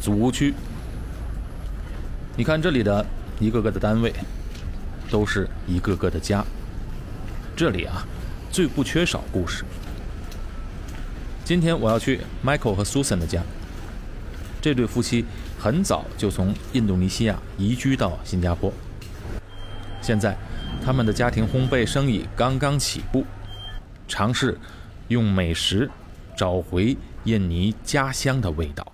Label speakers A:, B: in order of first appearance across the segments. A: 祖屋区。你看这里的一个个的单位，都是一个个的家。这里啊，最不缺少故事。今天我要去 Michael 和 Susan 的家。这对夫妻很早就从印度尼西亚移居到新加坡，现在他们的家庭烘焙生意刚刚起步，尝试用美食找回印尼家乡的味道。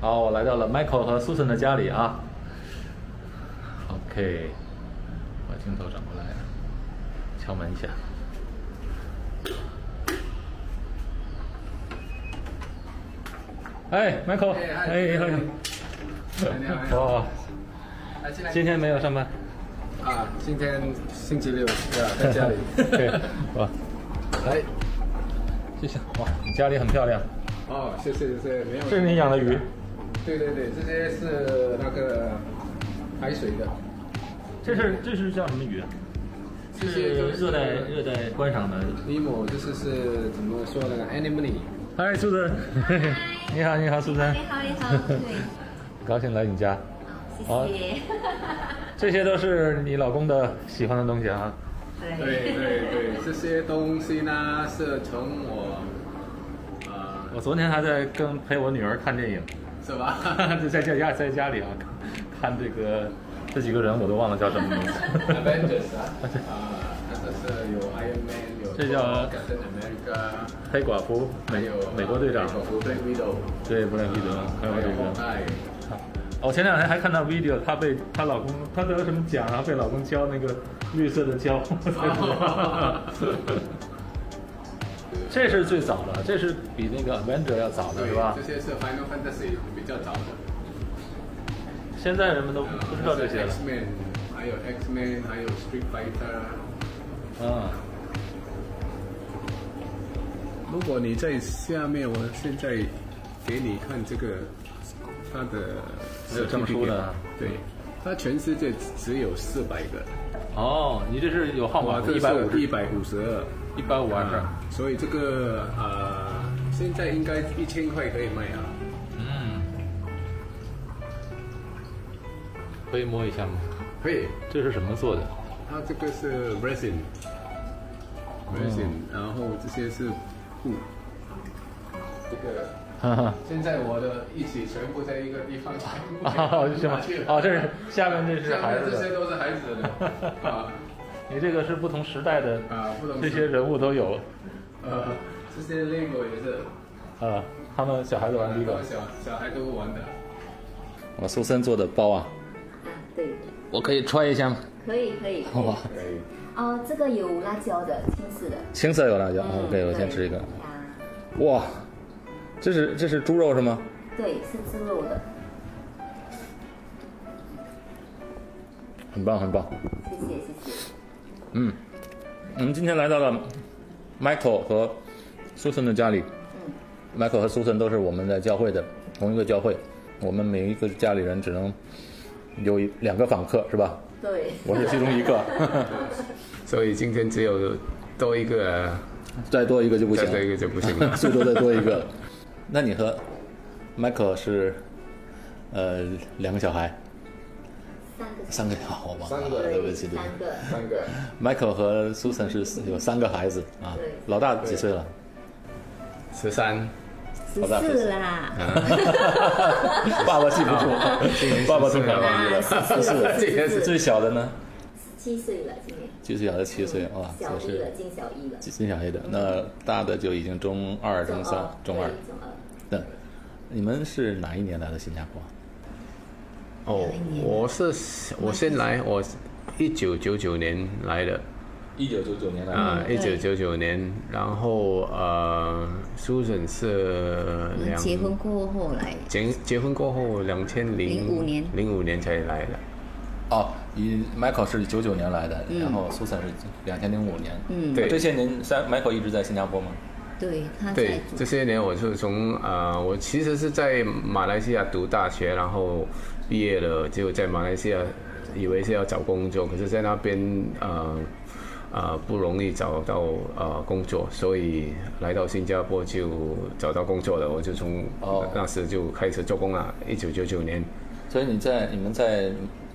A: 好，我来到了 Michael 和 Susan 的家里啊。OK，把镜头转过来，敲门一下。哎，Michael，
B: 哎
A: 哎
B: 哎
A: 哎哎，
B: 你好你好
A: 哦，
B: 来进来
A: 今天没有上班。。
B: 啊，今天星期六，对吧？在家 里
A: 对，哇，
B: 来，
A: 谢谢哇，你家里很漂亮，
B: 哦，谢谢谢谢，没有。
A: 这是你养的鱼，
B: 对对对，这些是那个海水的，
A: 这是这是叫什么鱼啊？
B: 这些都是
A: 带观赏的。
B: 尼莫，就是是怎么说呢？anemone。
A: 嗨，苏珊，你好，你好，苏珊
C: 你，好，你好，对，
A: 高兴来你家。好
C: 谢谢。
A: 这些都是你老公的喜欢的东西啊。
B: 对对对，这些东西呢是从我，呃，
A: 我昨天还在跟陪我女儿看电影，
B: 是吧？
A: 就在家家在家里啊， 看这个这几个人我都忘了叫什么名字。
B: Avengers 啊，啊，这是有 Iron Man，有
A: 这叫
B: Captain America，
A: 黑寡妇，
B: 还
A: 美
B: 有
A: 美国队长，
B: ，Black Widow，
A: 对，布莱希德，还有
B: 还
A: 这
B: 有
A: 个
B: 红。爱。
A: 我啊哦前两天还看到 video，她被她老公，她得了什么奖啊？被老公浇那个绿色的胶。 这是最早的，这是比那个 Avenger 要早的
B: 对
A: 是吧
B: 这？些是 Final Fantasy 比较早的，
A: 现在人们都不知道这些了。
B: X Men，还有 X Men，还有 Street Fighter。
A: 嗯，
B: 如果你在下面，我现在给你看这个，它的
A: 还有证书的啊
B: 对，它全世界只有四百个，
A: 哦，你这是有号码
B: 哇，
A: 的，
B: 这
A: 一百五
B: 是
A: 十嗯
B: 一，百五十二，
A: 一百五二
B: 啊所以这个呃，现在应该一千块可以卖啊。
A: 嗯，可以摸一下吗？
B: 可以，
A: 这是什么 做的？
B: 它这个是 resin，resin，、然后这些是布，这个
A: 哈哈，
B: 现在我的一起全部在一个地方，全 部
A: 哦，是吗
B: 拿去？了
A: 哦，这是下面这是
B: 啊下
A: 孩
B: 面
A: 子
B: 这些
A: 的。
B: 都是孩 子的啊
A: 你这个是不同时代的，
B: 啊，不懂
A: 这些人物都有，
B: 呃，这些 lego 也是，
A: 啊，他们小孩子玩
B: 很
A: LEGO
B: 多。小小孩都玩的，
A: 我苏森做的包啊，
C: 对，
A: 我可以揣一下吗？
C: 可以可以。
A: 哇，
B: 可以。
C: 哦，这个有辣椒的，青色的。
A: 青色有辣椒哦
C: 嗯
A: 啊，OK，我先吃一个
C: 啊。，
A: 哇，这是这是猪肉是吗？
C: 对，是猪肉的，
A: 很棒很棒。
C: 谢谢谢谢。
A: 嗯，我们今天来到了 Michael 和 Susan 的家里。
C: 嗯，
A: Michael 和 Susan 都是我们在教会的同一个教会，我们每一个家里人只能有一两个访客是吧？
C: 对。
A: 我是其中一个，
B: 所以今天只有多一个，
A: 再多一个就不行了，
B: 就不
A: 最多再多一个。那你和 Michael 是呃两个小孩，三
C: 三个。
A: 个好吧？
B: 三个
A: 对不
C: 对，
A: 起，对不起
C: 三个。
B: 三个
A: Michael 和 Susan 是四有三个孩子啊
C: 对，
A: 老大几岁了？
B: 十三，
C: 十
A: 好吧
C: 四啦。
A: 爸爸记不住，爸爸总
B: 14
A: 感
B: 了
A: 忘记
C: 啊，
A: 了。
C: 十
B: 四
C: 四了，
B: 这个
C: 十
B: 是
C: 四
A: 最小的呢，
C: 七岁了，今年。
A: 最小的七岁哇，
C: 小
A: 就
C: 一
A: 是
C: 了，进小一了。
A: 最小一的。那大的就已经中二、中三、中二
C: 对。中二。
A: 那你们是哪一年来的新加坡？
B: 哦，我是我先来，我一九九九年来的
A: 一九九九年来
B: 啊，一
C: 嗯
B: 九
C: 对
B: 九九年，然后呃，Susan 是
C: 我们
B: 两
C: 结婚过后来，
B: 结结婚过后两千零
C: 05年
B: 零五年才来的，
A: 哦，你 Michael 是九九年来的，然后 Susan 是两千零五年。
C: 嗯，
B: 对
A: 这些年，三 Michael 一直在新加坡吗？
C: 对，他在
B: 对，这些年我是从呃，我其实是在马来西亚读大学，然后毕业了，就在马来西亚以为是要找工作，可是在那边呃呃不容易找到呃工作，所以来到新加坡就找到工作了。我就从
A: 哦
B: 那时就开始做工了，一九九九年
A: 所以你在你们在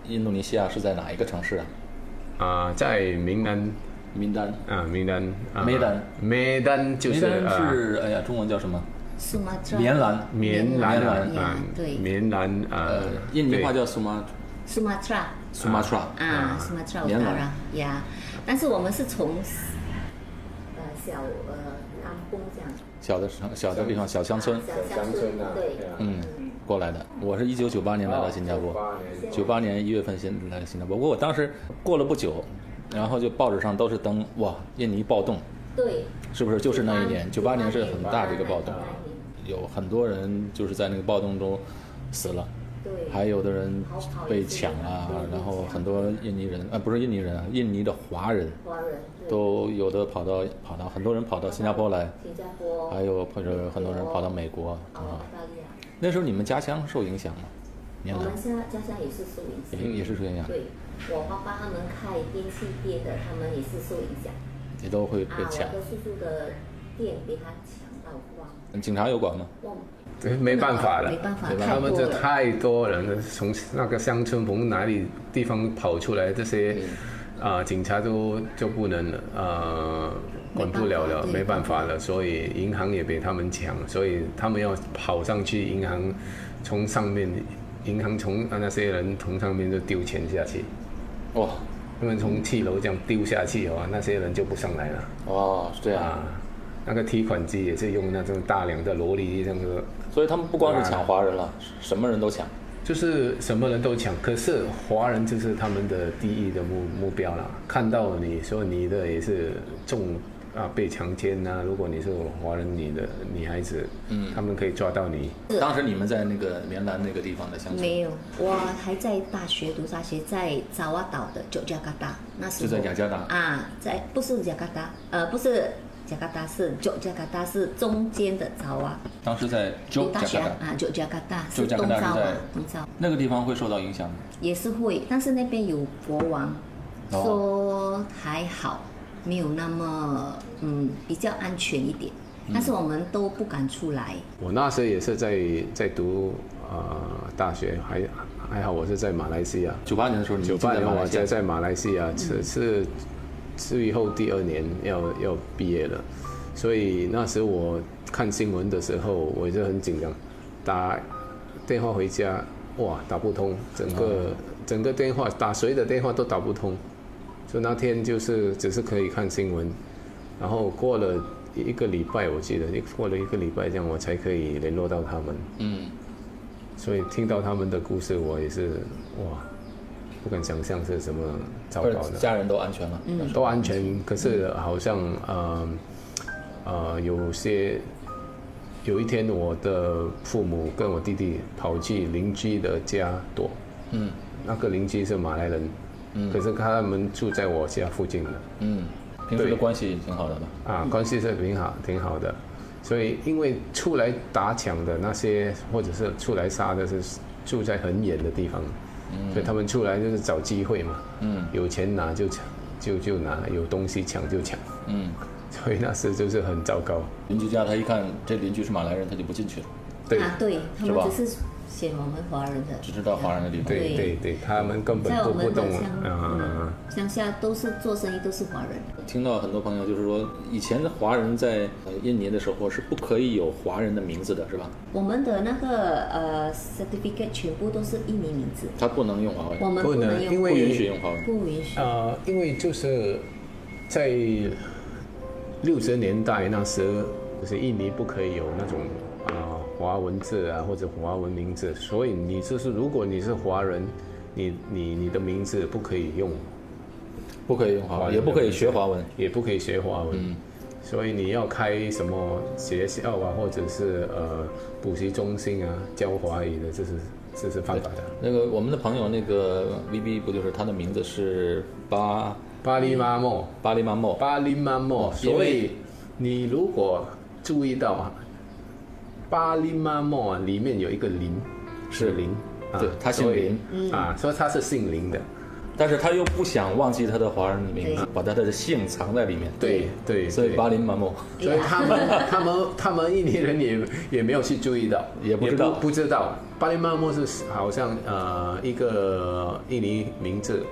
A: 印度尼西亚是在哪一个城市啊？
B: 啊、在明南
A: 名单。
B: 啊、明南啊
A: 梅丹
B: 梅丹就
A: 名
B: 是
A: 单
B: 啊
A: 是哎呀，中文叫什么？
C: 苏马特
A: 棉兰。
B: 棉兰
A: 棉兰
B: 啊啊
C: 对
B: 棉兰啊
A: 呃，，印尼
B: 对
A: 话叫 Suma
C: 苏马特
A: Sumatra。
C: 啊，苏马特
A: 棉兰
C: 呀但是我们是从呃小呃南部这样啊
A: 小的城，小的地方，小乡村
C: 小乡村对，啊
A: 嗯，过来的。我是一九九八年来到新加坡，九八年一月份先来到新加坡。不过我当时过了不久，然后就报纸上都是登哇，印尼暴动，
C: 对，
A: 是不是就是那一年？九八
C: 98
A: 年是很大的一个暴动啊
C: 98，
A: 有很多人就是在那个暴动中死了。
C: 对，
A: 还有的人
C: 逃跑
A: 被
C: 也是
A: 抢啊，然后很多印尼人啊、不是印尼人啊，印尼的华人
C: 华人对
A: 都有的跑到跑到，很多人跑到新加坡来，
C: 新加坡，啊
A: 还有或者很多人跑到美国
C: 澳
A: 啊。
C: 大利亚，
A: 那时候你们家乡受影响吗？年
C: 我
A: 兰
C: 们现在家乡也是受影响。
A: 也也是受影响，
C: 对，我爸爸他们开电器店的，他们也是受影响。
A: 也都会
C: 啊，
A: 被
C: 我
A: 抢。
C: 的叔叔的店被他抢到光，
A: 警察有管吗？
C: 我
B: 对没办法了，
C: 没办法，
B: 他
C: 太
B: 们
C: 多
B: 这
C: 了。
B: 太多人了，从那个乡村从哪里地方跑出来，这些啊、警察都就不能呃管不了了，没
C: 没
B: 办
C: 办
B: 法了，所以银行也被他们抢，所以他们要跑上去银行，从上面银行从啊那些人从上面就丢钱下去，
A: 哇
B: 他们从七楼这样丢下去哦，那些人就不上来了。
A: 哦，是这样。
B: 啊，那个提款机也是用那种大量的萝莉，那个
A: 所以他们不光是抢华人了，什么人都抢。
B: 就是什么人都抢。可是华人就是他们的第一的目目标啦，看到你说你的也是中啊被强奸啊，如果你是华人女的女孩子，嗯，他们可以抓到你。
A: 当时你们在那个棉兰那个地方的乡村，
C: 没有，我还在大学读大学，在爪哇岛的九加嘎达，那
A: 就
C: 时候
A: 在雅加达。
C: 啊，在不是雅加达，呃，不是雅加达，是九加嘎达，是中间的爪哇。
A: 当时在
C: 读
A: Jo
C: 大
A: 雅
C: 学
A: 加达
C: 啊，九加嘎达是
A: Yogyakarta
C: 东爪
A: 是
C: 哇
A: 在，
C: 东爪哇
A: 那个地方会受到影响吗？
C: 也是会，但是那边有国王，
A: 哦
C: 说还好，没有那么嗯比较安全一点，
A: 嗯
C: 但是我们都不敢出来。
B: 我那时候也是在在读呃大学，还还好我是在马来西亚，
A: 九八年的时候，你
B: 九
A: 们
B: 八
A: 进
B: 年
A: 来马
B: 我
A: 来西亚嗯
B: 在在马来西亚是是最后第二年要要毕业了，所以那时我看新闻的时候我就很紧张，打电话回家，哇打不通，整个、
A: 哦
B: 整个电话打谁的电话都打不通，所以那天就是只是可以看新闻，然后过了一个礼拜，我记得一过了一个礼拜这样我才可以联络到他们，
A: 嗯，
B: 所以听到他们的故事，我也是哇，不敢想象是什么糟
A: 或者
B: 糕的，
A: 家人都安全了。嗯，
B: 都安全，可是好像呃呃有些。有一天，我的父母跟我弟弟跑去邻居的家躲。
A: 嗯，
B: 那个邻居是马来人，可是他们住在我家附近的。
A: 嗯，平时的
B: 对
A: 关系挺好的吧？
B: 啊，关系是挺好，挺好的。所以，因为出来打抢的那些，或者是出来杀的，是住在很远的地方，所以他们出来就是找机会嘛。
A: 嗯，
B: 有钱拿就抢，就就拿；有东西抢就抢。
A: 嗯，
B: 所以那时就是很糟糕。
A: 邻居家他一看这邻居是马来人，他就不进去了，
B: 对，
C: 啊，对他
A: 是
C: 们
A: 吧
C: 只是选我们华人的，
A: 只知道华人的地方。
B: 对
C: 对
B: 对对，他们根本
C: 在
B: 不
C: 我
B: 不
C: 们的
B: 懂
C: 乡
B: 啊啊。啊
C: 乡下都是做生意都是华人，
A: 听到很多朋友就是说，以前的华人在呃印尼的时候是不可以有华人的名字的，是吧？
C: 我们的那个呃 certificate 全部都是印尼名字，
A: 他不能用华
C: 我
A: 文，
C: 们
B: 不
C: 不能
B: 能
C: 用，
B: 因
A: 不
B: 为
A: 允许用华文。
C: 不允许。
B: 呃，因为就是在六十年代那时，就是印尼不可以有那种啊、呃华文字啊或者华文名字，所以你就是如果你是华人，你你你的名字不可以用，
A: 不可以用华
B: 华
A: 文，啊
B: 人
A: 也不可以学华文。嗯
B: 也不可以学华文。所以你要开什么学校啊，或者是呃补习中心啊，教华语的，这是这是犯法的。
A: 那个我们的朋友那个 V B 不就是他的名字是巴
B: 巴黎妈莫。
A: 巴黎马莫？
B: 巴黎曼莫，
A: 因
B: 所
A: 为
B: 以你如果注意到啊，巴黎曼莫啊里面有一个林，是林，啊
A: 对他姓
B: 所以
A: 林嗯
B: 啊，所以他是姓林的，
A: 但是他又不想忘记他的华人名字
D: 对，
A: 把他的姓藏在里面。
B: 对对，
A: 所以
B: 对
A: 巴林满某
B: 所以他们 他们他们印尼人也也没有去注意到，
A: 也不知道
B: 不知道巴厘曼莫是好像呃一个印尼名字，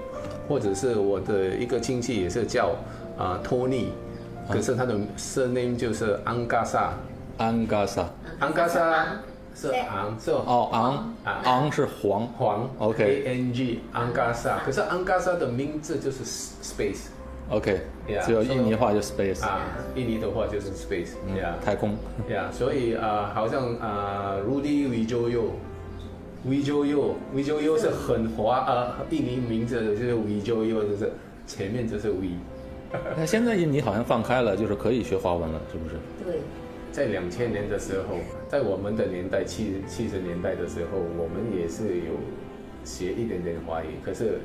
B: 或者是我的一个亲戚也是叫啊托尼，可是他的 surname 就是安嘎萨，
A: 安嘎萨，
B: 安嘎萨是昂是哦
A: 哦昂昂是黄，
B: 黄
A: OK
B: A N G 安嘎萨，可是安嘎萨的名字就是 space
A: OK，
B: Yeah，
A: 只有印尼话就 space，
B: 啊，印尼的话就是 space，呀、
A: 太空。
B: 呀所以啊、呃好像啊、呃、，Rudy Vijoyo。Vijoyo Vijoyo 是很华呃印尼名字，就是 Vijoyo，就是前面就是 V，
A: 那现在印尼好像放开了，就是可以学华文了，是不是？
D: 对，
B: 在两千年的时候，在我们的年代七七十年代的时候，我们也是有学一点点华语，可是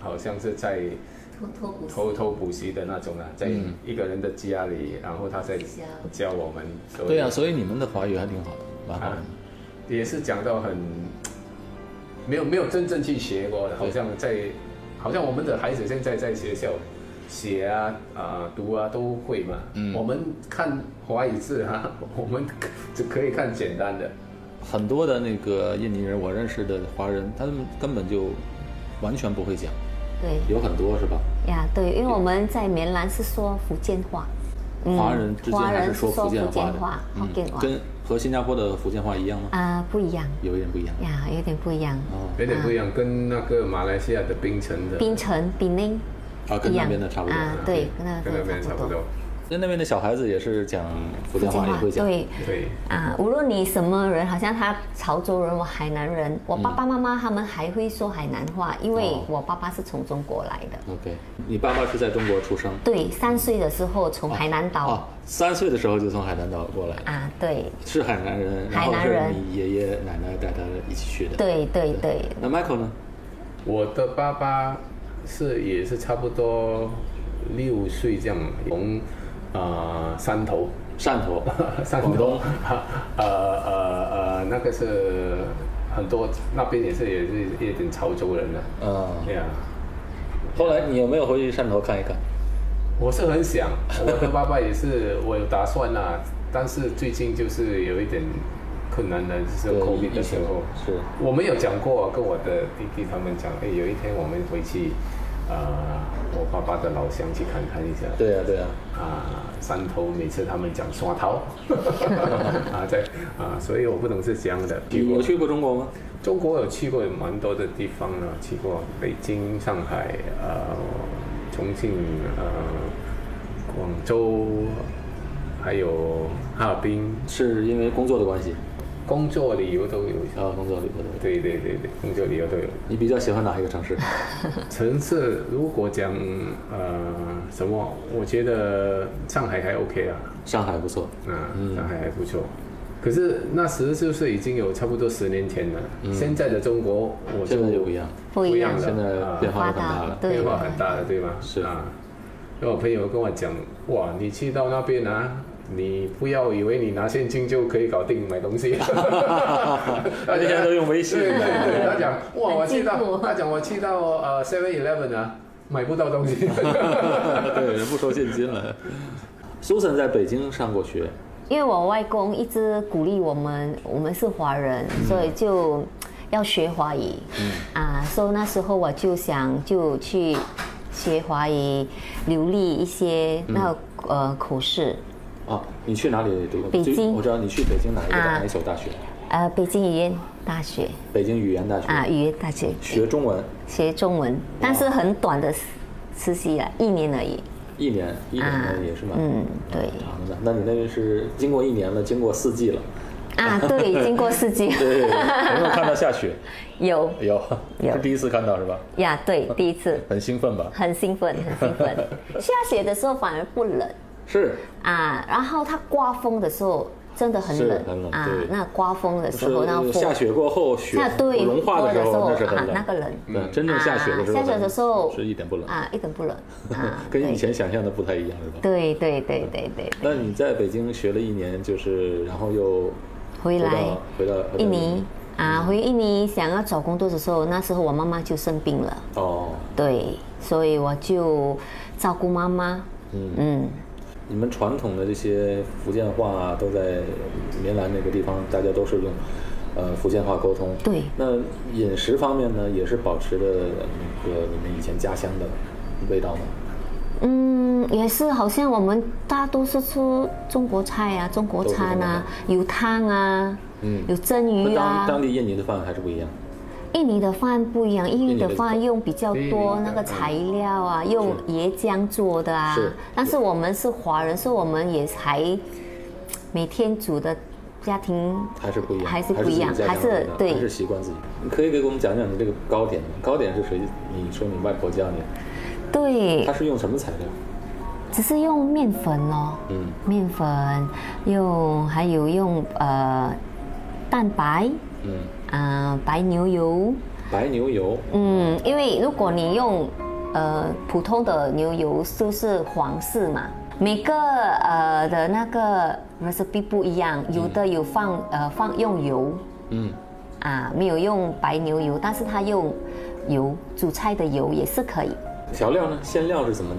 B: 好像是在
D: 偷偷不
B: 偷偷补习的那种啊，在一个人的家里，然后他在教我们。所以
A: 对呀、啊所以你们的华语还挺好的，蛮好的。
B: 也是讲到很没有没有真正去学过的，好像在好像我们的孩子现在在学校写啊啊、读啊都会嘛。嗯，我们看华语字哈、 我们只可以看简单的。
A: 很多的那个印尼人，我认识的华人，他们根本就完全不会讲，
C: 对
A: 有很多是吧？
C: 呀，对，因为我们在棉兰是说福建话，嗯
A: 华人之间
C: 华
A: 还
C: 人
A: 是说
C: 福
A: 福建话的，嗯
C: 话，福建话
A: 跟和新加坡的福建话一样吗？
C: 啊不一样
A: 有一点不一样。
C: 呀，有点不一样。
A: 哦
B: 有点不一样，跟那个马来西亚的槟城的
C: 槟城、槟宁
A: 啊跟
C: 一
A: 那
C: 样
A: 边的差不多
C: 啊，对，跟那
B: 跟那
C: 边
B: 边差不多。。
A: 那那边的小孩子也是讲福
C: 福
A: 建
C: 建
A: 话，也
C: 话
A: 会讲。
C: 对。
B: 对，
C: 啊，无论你什么人，好像他潮州人，我海南人，我爸爸妈妈他们还会说海南话，因为
A: 哦
C: 我爸爸是从中国来的。
A: OK，你爸爸是在中国出生
C: 对，三岁的时候从海南岛
A: 啊，三岁的时候就从海南岛过来，
C: 哦啊，对，
A: 是海南人，然
C: 海
A: 后
C: 南
A: 是
C: 人
A: 你爷爷奶奶带他一起去的。。
C: 对对对，
A: 那 Michael 呢？
B: 我的爸爸是也是差不多六岁这样，从啊、呃汕头
A: 汕 头，
B: 山
A: 广东，
B: 呃呃呃，那个是很多那边也是也是也点潮州人的，啊
A: 嗯，
B: 对呀、
A: 后来你有没有回去汕头看一看？
B: 我是很想，我的爸爸也是，我有打算啦、但是最近就是有一点困难的，就是
A: 对
B: COVID 的时候，
A: 疫情是
B: 我们有讲过，跟我的弟弟他们讲，哎，有一天我们回去，呃，我爸爸的老乡去看看一下，
A: 对呀、对呀、
B: 啊，汕头每次他们讲刷头，啊在啊，所以我不懂是怎样的。去
A: 你有
B: 过
A: 去过中国吗？
B: 中国有去过蛮多的地方了，去过北京、上海、呃重庆、呃广州，还有哈尔滨，
A: 是因为工作的关系，
B: 工作理由都有。
A: 啊，工作里头的。
B: 对对对对，工作理由都有。
A: 你比较喜欢哪一个城市？
B: 城市如果讲呃什么，我觉得上海还 OK 啊。
A: 上海不错。
B: 嗯，上海还不错。可是那时就是已经有差不多十年前了，现在的中国我就
A: 嗯现在就不一样，
C: 不一样
B: 不一样
A: 现
B: 的
A: 在变化也很大了。
C: 对
B: 变化很大了，对吧？
A: 是
B: 啊。因为我朋友跟我讲，哇，你去到那边啊，你不要以为你拿现金就可以搞定买东西。
A: 大家现在都用微信
B: 对对对，他讲哇，我去
C: 很进步
B: 到，他讲我去到呃 Seven Eleven 啊，买不到东西。
A: 对，人不收现金了。Susan 在北京上过学，
C: 因为我外公一直鼓励我们，我们是华人，所以就要学华语。啊，所以那时候我就想就去学华语，流利一些那呃口试。
A: 啊，你去哪里读？
C: 北京
A: 最我知道你去北京哪一个大
C: 啊
A: 哪一所大学？
C: 呃，北京语言大学
A: 北京语言大学。
C: 啊，语言大学
A: 学中文
C: 学中文，但是很短的实实习啊，一年而已。
A: 一年，一
C: 啊
A: 年也是蛮
C: 嗯对
A: 长的。那你那个是经过一年了，经过四季了，
C: 啊，对，经过四季
A: 对，有没有看到下雪？
C: 有
A: 有，
C: 有
A: 是第一次看到是吧？
C: 呀，对，第一次
A: 很兴奋吧？
C: 很兴奋，很 兴奋。下雪的时候反而不冷。
A: 是，
C: 啊，然后它刮风的时候真的很冷
A: 是很冷
C: 啊
A: 对，
C: 那刮风的时
A: 是
C: 候，那风
A: 下雪过后雪
C: 那对
A: 融化的时候，
C: 过
A: 那
C: 的时
A: 是
C: 候
A: 很冷，
C: 啊那个冷
A: 对，真正下雪的时候很
C: 啊
A: 冷，
C: 下雪的时候
A: 是一点不冷，，
C: 啊，一点不冷啊
A: 跟以
C: 对
A: 前想象的不太一样，是吧？
C: 对对对对对，
A: 那你在北京学了一年，就是然后又
C: 回来
A: 回到回到
C: 印尼啊，回印尼想要找工作的时候，那时候我妈妈就生病了，
A: 哦，
C: 对，所以我就照顾妈妈。嗯，
A: 你们传统的这些福建话、啊、都在棉兰那个地方，大家都是用呃福建话沟通。
C: 对
A: 那饮食方面呢，也是保持的那个呃你们以前家乡的味道吗？
C: 嗯，也是，好像我们大多是吃中国菜啊、中国餐啊，有汤啊，
A: 嗯
C: 有蒸
A: 那
C: 鱼
A: 当
C: 啊。
A: 当地印尼的饭还是不一样。
C: 印尼的饭不一样，印尼
A: 尼的
C: 的饭用比较多那个材料啊，用椰浆做的啊
A: 嗯是。
C: 但是我们是华人，所以我们也还每天煮的家庭
A: 还是不一样，
C: 还是
A: 是
C: 不一样
A: 自己，家
C: 还
A: 乡味
C: 是
A: 道
C: 对
A: 还是习惯自己。你可以给我们讲讲你这个糕点吗，糕点是谁？你说你外婆教你，
C: 对
A: 她，是用什么材料？
C: 只是用面粉咯，
A: 嗯，
C: 面粉用还有用呃蛋白，
A: 嗯，
C: 啊、白牛油，
A: 白牛油，
C: 嗯，因为如果你用呃普通的牛油都是皇室嘛，每个呃的那个 recipe 不一样，有的有放呃放用油
A: 嗯，
C: 啊，没有用白牛油，但是它用油煮菜的油也是可以。
A: 调料呢？馅料是怎么？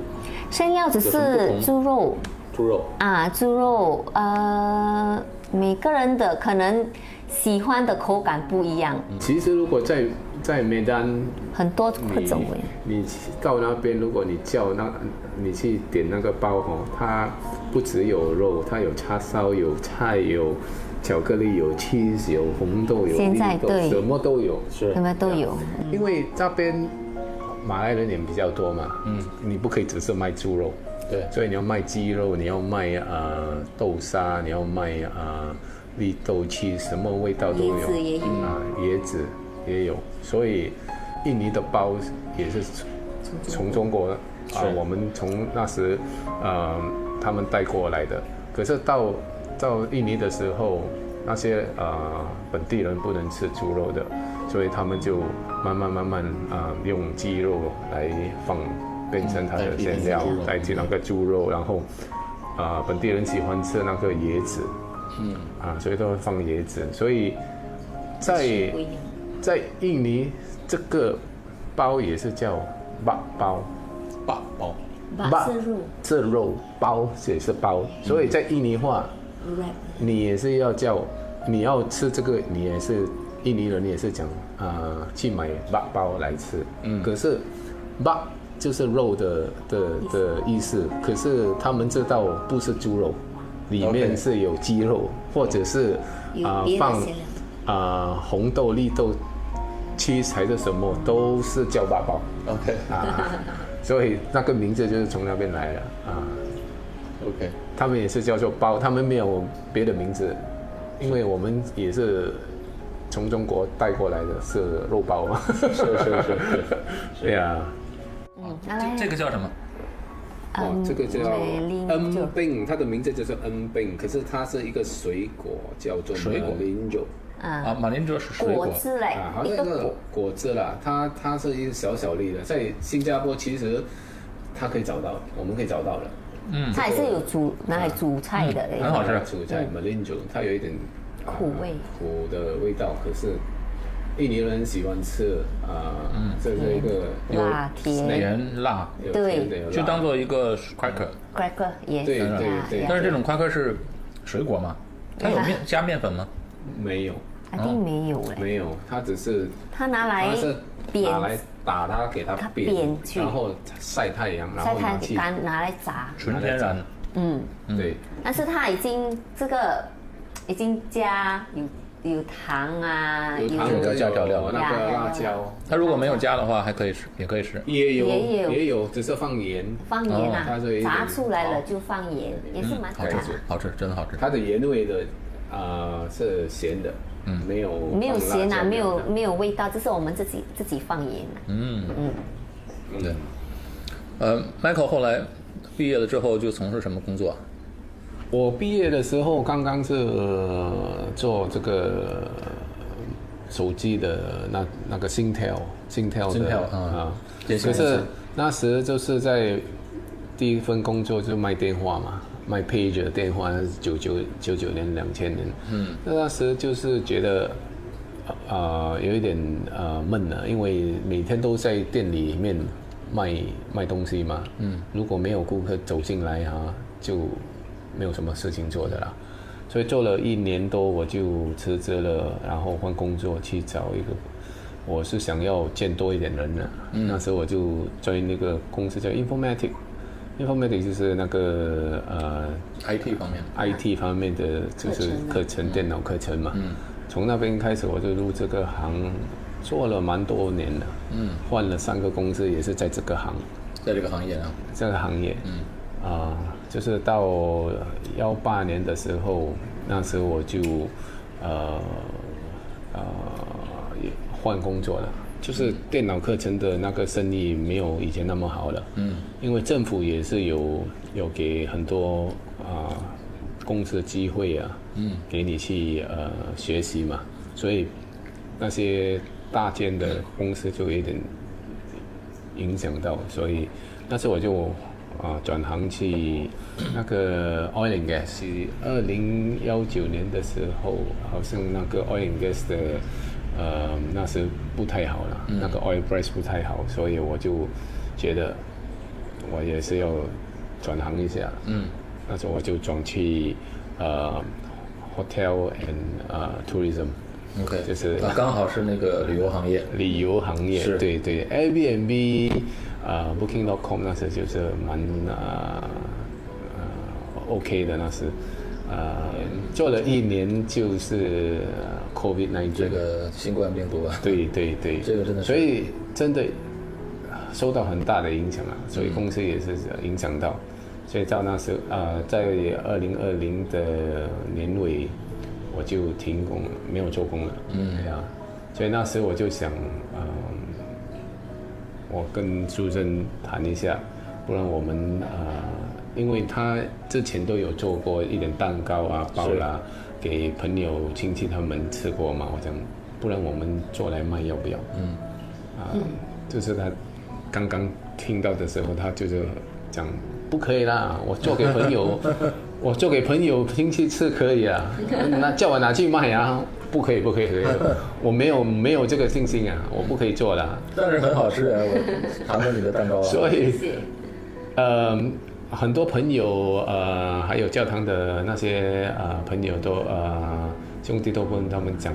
C: 馅料只
A: 有什么不
C: 是
A: 同
C: 猪肉
A: 猪肉，
C: 啊，猪肉呃每个人的可能喜欢的口感不一样，
B: 其实如果在在梅丹，
C: 很多各种味。
B: 你你到那边，如果你叫那，你去点那个包哦，它不只有肉，它有叉烧，有菜，有巧克力，有 cheese，有红豆，有
C: 现在
B: 绿豆
C: 对嗯
B: 什么都有。
A: 是
C: 什么都有，
B: 因为那边马来人也比较多嘛，嗯，你不可以只是卖猪肉，
A: 对
B: 所以你要卖鸡肉，你要卖呃豆沙，你要卖呃绿豆鸡，什么味道都有，
D: 椰子也有
B: 啊，椰子也有，所以印尼的包也是从中国啊、我们从那时呃他们带过来的，可是到到印尼的时候。那些呃本地人不能吃猪肉的，所以他们就慢慢慢慢啊、呃用鸡肉来放，变成它的馅料，代替那个猪肉，然后啊、呃本地人喜欢吃那个椰子，嗯啊，所以都会放椰子，所以在
D: 不一样。
B: 在印尼这个包也是叫巴包，
A: 八包，
D: 把是肉
B: 是肉包也是包，所以在印尼话。
D: wrap
B: 你也是要叫，你要吃这个，你也是印尼人，也是讲啊、呃去买八包来吃。嗯，可是八就是肉的的的意思，可是他们知道不是猪肉，里
A: OK
B: 面是有鸡肉，或者是
D: 有
B: 啊、
D: 别的
B: 放
D: 馅料
B: 啊、红豆、绿豆、cheese 还是什么，都是叫八包
A: OK
B: 啊，所以那个名字就是从那边来的啊。
A: OK，
B: 他们也是叫做包，他们没有别的名字，因为我们也是从中国带过来的，是肉包嘛。
A: 是是是是，
B: 对 呀、
C: 嗯，拿来
E: 这个叫什么？
B: 哦，这个叫
C: 美林酒
B: 恩病，它的名字叫做恩病，可是它是一个水果，叫做
E: 水果
B: 林酒
C: 啊，
E: 啊，马林哲是水
C: 果
E: 果，
C: 汁嘞
B: 啊，，好
C: 一
B: 像
C: 个
B: 那个
C: 果
B: 果汁啦，它它是一个小小粒的，在新加坡其实它可以找到，我们可以找到的。
C: 它也是有煮拿来煮菜的嘞，
E: 很好吃
B: 处在 Malinjo，它有一点啊
C: 苦味
B: 苦的味道，可是印尼人喜欢吃啊，
E: 嗯
B: 这是一个
C: 嗯辣甜
E: 盐辣，
B: 有
C: 对
B: 甜的有辣
E: 就当做一个 cracker，
C: cracker 也
B: 对
C: 是
B: 对
C: 辣
B: 对
E: 但
C: 呀，
E: 是这种 cracker 是水果吗？它有面加面粉吗？
B: 没有
C: 一定没有嘞，
B: 没有，它只是
C: 它拿
B: 嗯它
C: 来
B: 是拿来
C: 煸
B: 打它给它
C: 它
B: 扁
C: 扁，去
B: 然后晒太阳，然
C: 晒
B: 后拿
C: 太
B: 去
C: 干拿来炸，
E: 纯天啊然的，
C: 嗯，
B: 对
C: 但是它已经这个已经加有有糖啊，
B: 有糖
E: 有
B: 跟
E: 加调料
B: 有那
C: 呀
B: 个
C: 呀
B: 辣
C: 呀
B: 椒
E: 它如果没有加的话，还可以吃，也可以吃。
B: 也有
C: 也有
B: 也有，只是放盐，
C: 放盐
B: 哦它
C: 啊
B: 是有一，点
C: 炸出来
B: 哦
C: 了就放盐，也是
B: 嗯
C: 蛮啊好
E: 好
C: 吃
E: 吃
C: 的。，
E: 好吃，真的好吃。
B: 它的盐味的啊是咸的，
E: 嗯
B: 没有
C: 没有
B: 放辣
C: 咸啊，
B: 椒嗯
C: 没有
B: 的
C: 没有味道，这是我们自己自己放盐啊。
E: 对，呃，Michael 后来毕业了之后就从事什么工作啊？
B: 我毕业的时候刚刚是、呃做这个呃手机的那那个 Singtel Singtel 的
E: Singtel，啊
B: 就
E: 电信公司
B: 是那时就是在第一份工作就卖电话嘛，卖 pager 电话，九九九九年两千年，嗯，那那时就是觉得呃有一点呃闷了，因为每天都在店里面卖卖东西嘛，嗯，如果没有顾客走进来啊，就没有什么事情做的啦。所以做了一年多，我就辞职了，然后换工作去找一个，我是想要见多一点人的。那时候我就在那个公司叫 Informatic，Informatic 就是那个呃
A: IT 方面，
B: IT 方面的嗯就是啊课程，电脑课程嘛。从那边开始我就入这个行，做了蛮多年了。嗯，换了三个公司，也是在这个行，
A: 在这个行业啊，
B: 这个行业。嗯。啊、就是到幺八年的时候，那时候我就呃呃也换工作了。就是电脑课程的那个生意没有以前那么好了，嗯，因为政府也是有有给很多啊、公司的机会啊，嗯，给你去呃学习嘛，所以那些大件的公司就有点影响到，所以那时候我就啊、转行去那个 oil and gas，是二零幺九年的时候，好像那个 oil and gas 的呃那时不太好了，那个 oil price 不太好，所以我就觉得我也是要转行一下，嗯，那时候我就转去呃 hotel and 呃 tourism。
A: OK，
B: 就是
A: 啊刚好是那个旅游行业，
B: 旅游行业，
A: 是
B: 对对，Airbnb 啊、b o o k i n g c o m 那时就是蛮啊呃 OK 的那时，呃，做了一年就是啊 COVID 那一
A: 这个新冠病毒啊，
B: 对对对，
A: 这个真的是
B: 所以真的受到很大的影响啊，所以公司也是影响到，所以到那时候呃，在二零二零的年尾我就停工了，没有做工了，嗯，对啊，所以那时我就想，嗯、我跟苏珍谈一下，不然我们呃，因为他之前都有做过一点蛋糕啊、包啦、给朋友亲戚他们吃过嘛，我想，不然我们做来卖要不要？嗯，啊、就是他刚刚听到的时候，他就是讲不可以啦，我做给朋友，我做给朋友亲戚吃可以啊，那叫我拿去卖啊。不可以，不可以，不可以！我没有没有这个信心啊，我不可以做啦。
A: 但是很好吃啊，我尝过你的蛋糕啊，
B: 所以，呃，很多朋友呃，还有教堂的那些呃朋友都呃兄弟都跟他们讲，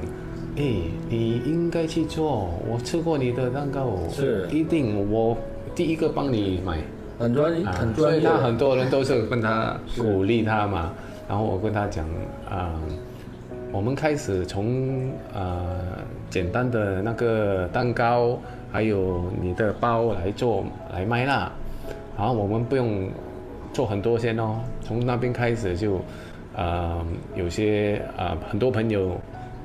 B: 哎，你应该去做，我吃过你的蛋糕，
A: 是
B: 一定我第一个帮你买。
A: 很专
B: 啊
A: 很
B: 所
A: 专
B: 以
A: 业
B: 他，很多人都是跟他鼓励他嘛。然后我跟他讲，啊、我们开始从呃简单的那个蛋糕，还有你的包来做来卖啦。然后我们不用做很多先哦，从那边开始就，呃，有些呃很多朋友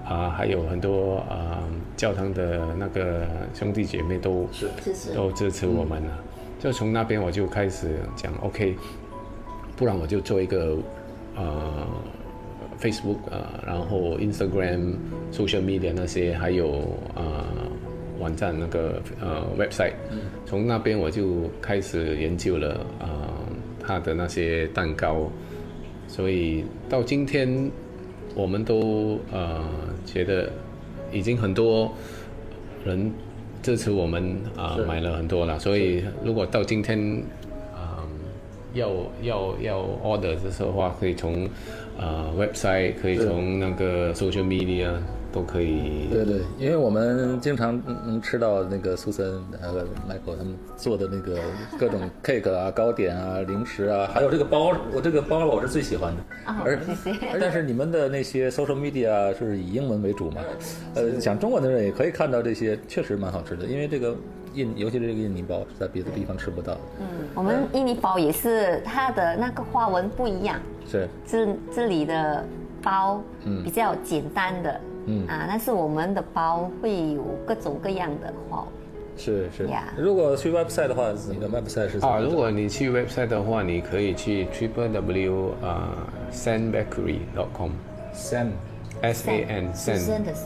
B: 啊、还有很多呃教堂的那个兄弟姐妹都是
D: 支持
B: 都支持我们了。就从那边我就开始讲 OK，不然我就做一个呃 Facebook 呃，然后 Instagram、social media 那些，还有呃网站那个呃 website，从那边我就开始研究了呃它的那些蛋糕，所以到今天我们都呃觉得已经很多人支持我们啊、买了很多了，所以如果到今天啊、要要要 order 的时候的话，可以从呃 website，可以从那个 social media 都可以。
A: 对对，因为我们经常能吃到那个苏森、呃 Michael 他们做的那个各种 cake 啊、糕点啊、零食啊，还有这个包，我这个包我是最喜欢的。而而但是你们的那些 social media 啊是以英文为主嘛？呃，讲中文的人也可以看到这些，确实蛮好吃的。因为这个印，尤其是这个印尼包，在别的地方吃不到。
B: 嗯
C: 我们印尼包也是它的那个花纹不一样，
A: 是
C: 这这里的包
B: 嗯
C: 比较简单的，嗯啊，但是我们的包会有各种各样的花
A: 是是
C: Yeah。
A: 如果去 website 的话，你的 website 是怎么
B: 啊，
A: 的
B: 如果你去 website 的话，你可以去 triple w 啊 sandbakery.com，s
A: Sam
B: a n sand
C: 真的是。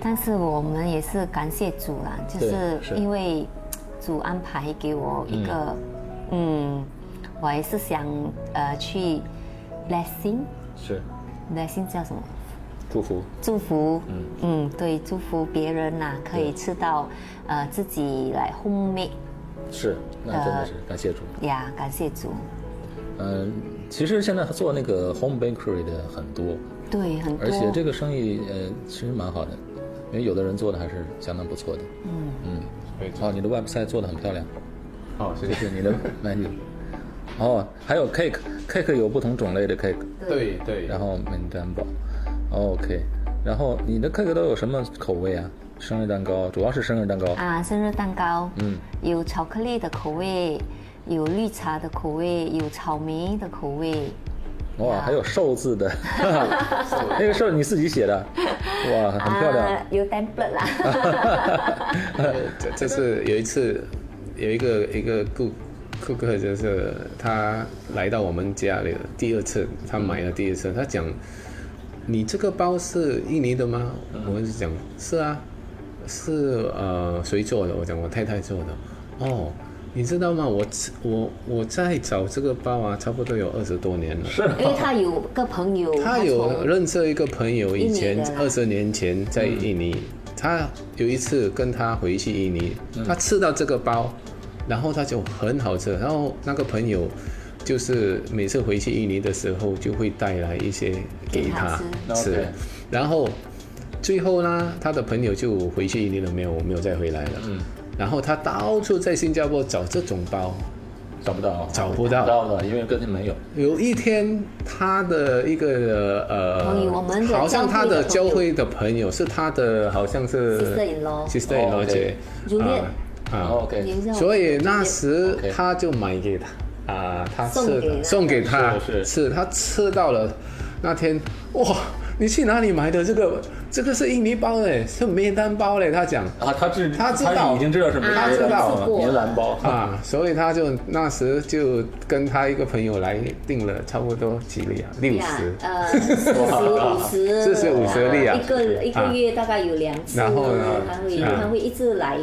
C: 但是我们也是感谢主啦，就
A: 对
C: 是
A: 是
C: 因为主安排给我一个，嗯我也是想呃去 blessing
A: 是
C: blessing 叫什么？
A: 祝福。
C: 祝福，嗯对，祝福别人呐、可以吃到呃自己来 homemade
A: 是，那真的是感谢主。
C: 呀，感谢主。
A: 嗯，其实现在做那个 home bakery 的很多，
C: 对，很多。
A: 而且这个生意呃其实蛮好的，因为有的人做的还是相当不错的。嗯嗯，
B: 对
A: 哦，你的 website 做的很漂亮，
B: 好，哦谢
A: 这
B: 谢。
A: 是你的 menu。哦，还有 cake，cake 有不同种类的 cake，
B: 对对，
A: 然后美女蛋堡，OK，然哦后你的 cake 都有什么口味啊？生日蛋糕主要是生日蛋糕，
C: 啊，生日蛋糕，嗯，有巧克力的口味，有绿茶的口味，有草莓的口味，
A: 哇，还有
C: 啊
A: 寿字 的，那个寿你自己写的，哇，很漂亮。
C: 啊、有 template 啦。
B: 这这是有一次有一个一个顾顾客，就是他来到我们家里了，第二次他买了第二次，他讲你这个包是印尼的吗？我们就讲是啊，是呃谁做的？我讲我太太做的。哦，你知道吗？我我我在找这个包啊，差不多有二十多年了。
C: 因为他有个朋友，
B: 他有
C: 从
B: 认识一个朋友，以前
C: 印尼的
B: 二十年前在印尼，他有一次跟他回去印尼，他吃到这个包，然后他就很好吃，然后那个朋友就是每次回去印尼的时候就会带来一些给
C: 给他
B: 他吃，
A: OK
B: 然后最后呢，他的朋友就回去印尼了，没有没有再回来了，然后他到处在新加坡找这种包，
A: 找不到，
B: 找不到
A: 到的，因为根本没有。
B: 有一天，他的一个呃，
C: 朋友我们的
B: 好像他的
C: 教
B: 教
C: 会
B: 会的朋友是他的，好像是
C: Sister-in-law
B: sister-in-law 姐
C: Juliet
B: 啊啊，
A: 哦 OK，
C: 留下我
B: 所以那时
A: OK
B: 他就买给他啊，他
C: 送
B: 吃
C: 给他
B: 的送给他
A: 是是
B: 吃，他吃到了那天哇，你去哪里买的这个？这个是印尼包嘞，是梅丹包嘞，他讲。
A: 啊，他知
B: 他知道
A: 已经知道是梅
B: 他知道
A: 了，梅兰包。
B: 啊，所以他就那时就跟他一个朋友来订了差不多几粒啊，六
D: 呀
B: 十，
D: 呃，四十五十，
B: 40 50粒啊
D: 一个一个月大概有两次，
B: 然后呢
D: 他会
B: 啊
D: 他会一直来，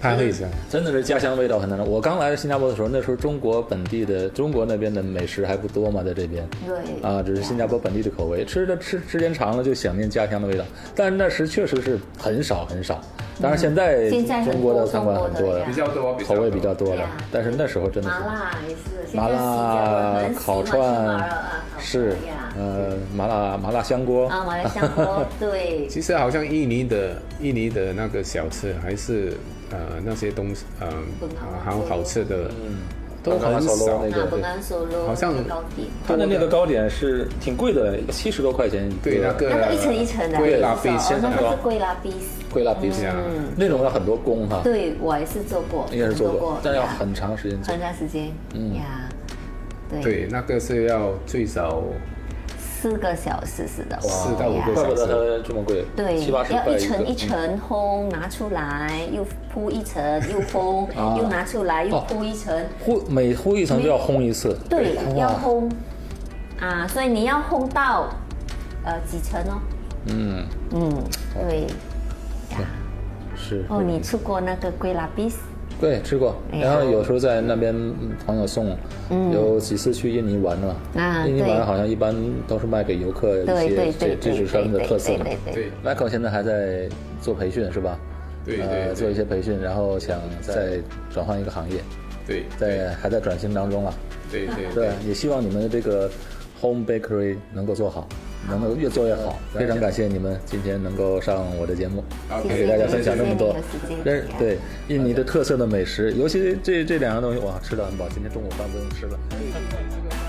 B: 他会讲。
A: 真的是家乡味道很难找。我刚来新加坡的时候，那时候中国本地的中国那边的美食还不多嘛，在这边
C: 对
A: 啊，只是新加坡本地的口味，吃的吃时间长了就想念家乡的味道。但是那时确实是很少很少，当然现在
C: 现在很
A: 中国的
C: 多
A: 餐馆
C: 中
A: 很
C: 国的
A: 多
C: 呀
A: 了
F: 比，较多，
A: 口味比较
F: 多。
A: 多了
C: 呀。
A: 但是那时候真的
D: 麻
A: 是
D: 辣也是，现在
A: 麻
D: 新加坡
A: 辣
D: 人喜
A: 烤
D: 欢吃麻
A: 串
D: 辣啊烤
A: 是
D: 串呀，
A: 呃，麻辣麻辣香锅
D: 啊，麻辣香锅， 对，
B: 其实好像印尼的印尼的那个小吃还是呃那些东西呃啊好好吃的，
A: 嗯
B: 都
A: 刚刚
B: 很
A: 说的
B: 少。
A: 那
D: 啊
A: 个，，
D: 本
A: 对。
D: 安 solo
B: 好像
D: 糕点，
A: 它的那个糕点是挺贵的，七十多块钱一个。
B: 对那个
C: 那个一层一层的，
B: 贵拉
C: 是
B: 菲
C: 吧
B: 现
C: 哦
B: 在
C: 那个是贵拉菲，
A: 贵辣比斯
B: 啊，
A: 那种要很多工哈，
C: 对我也是嗯做过，
A: 应该是做过，但要
C: 呀
A: 很嗯长时间做
C: 很。长时间，呀，对，
B: 对，那个是要最少
C: 四个小时是的，
B: 四到五个
A: 怪不得
B: 小时。
A: 它这么贵，
C: 对，
A: 七八十
C: 要
A: 块
C: 一
A: 个
C: 层一层烘，拿出来又铺一层，又烘，
A: 啊
C: 又拿出来又
A: 哦
C: 铺一层，
A: 烘每烘一层就要烘一次，
C: 对，
A: 哇
C: 要烘啊，所以你要烘到呃几层哦？
A: 嗯，
C: 嗯，对。
A: 是
C: 哦，你吃过那个龟拉比斯？
A: 对吃过。
C: 哎呀
A: 然后有时候在那边嗯朋友送，有几次去印尼玩了
C: 啊，
A: 印尼
C: 对
A: 玩好像一般都是卖给游客一
C: 对对
A: 些
C: 对
A: 这
C: 对
A: 这
C: 对
A: 是他
C: 对
A: 们的特色
C: 对
A: 嘛。
C: 对对。
B: 对
A: ，Michael 现在还在做培训是吧？
B: 对
A: 呃，
B: 对
A: 做一
B: 对
A: 些培训，然后想再转换一个行业，
B: 对对
A: 在还在转型当中了。
B: 对对
A: 对，也希望你们的这个 home bakery 能够做好，能够越做越好。非常感谢你们今天能够上我的节目，
B: OK，
A: 给大家分享这么多
C: 谢谢谢谢，
A: 认对印尼的特色的美食，尤其这这两样东西，哇，吃的很饱，今天中午饭不用吃了。
B: 对。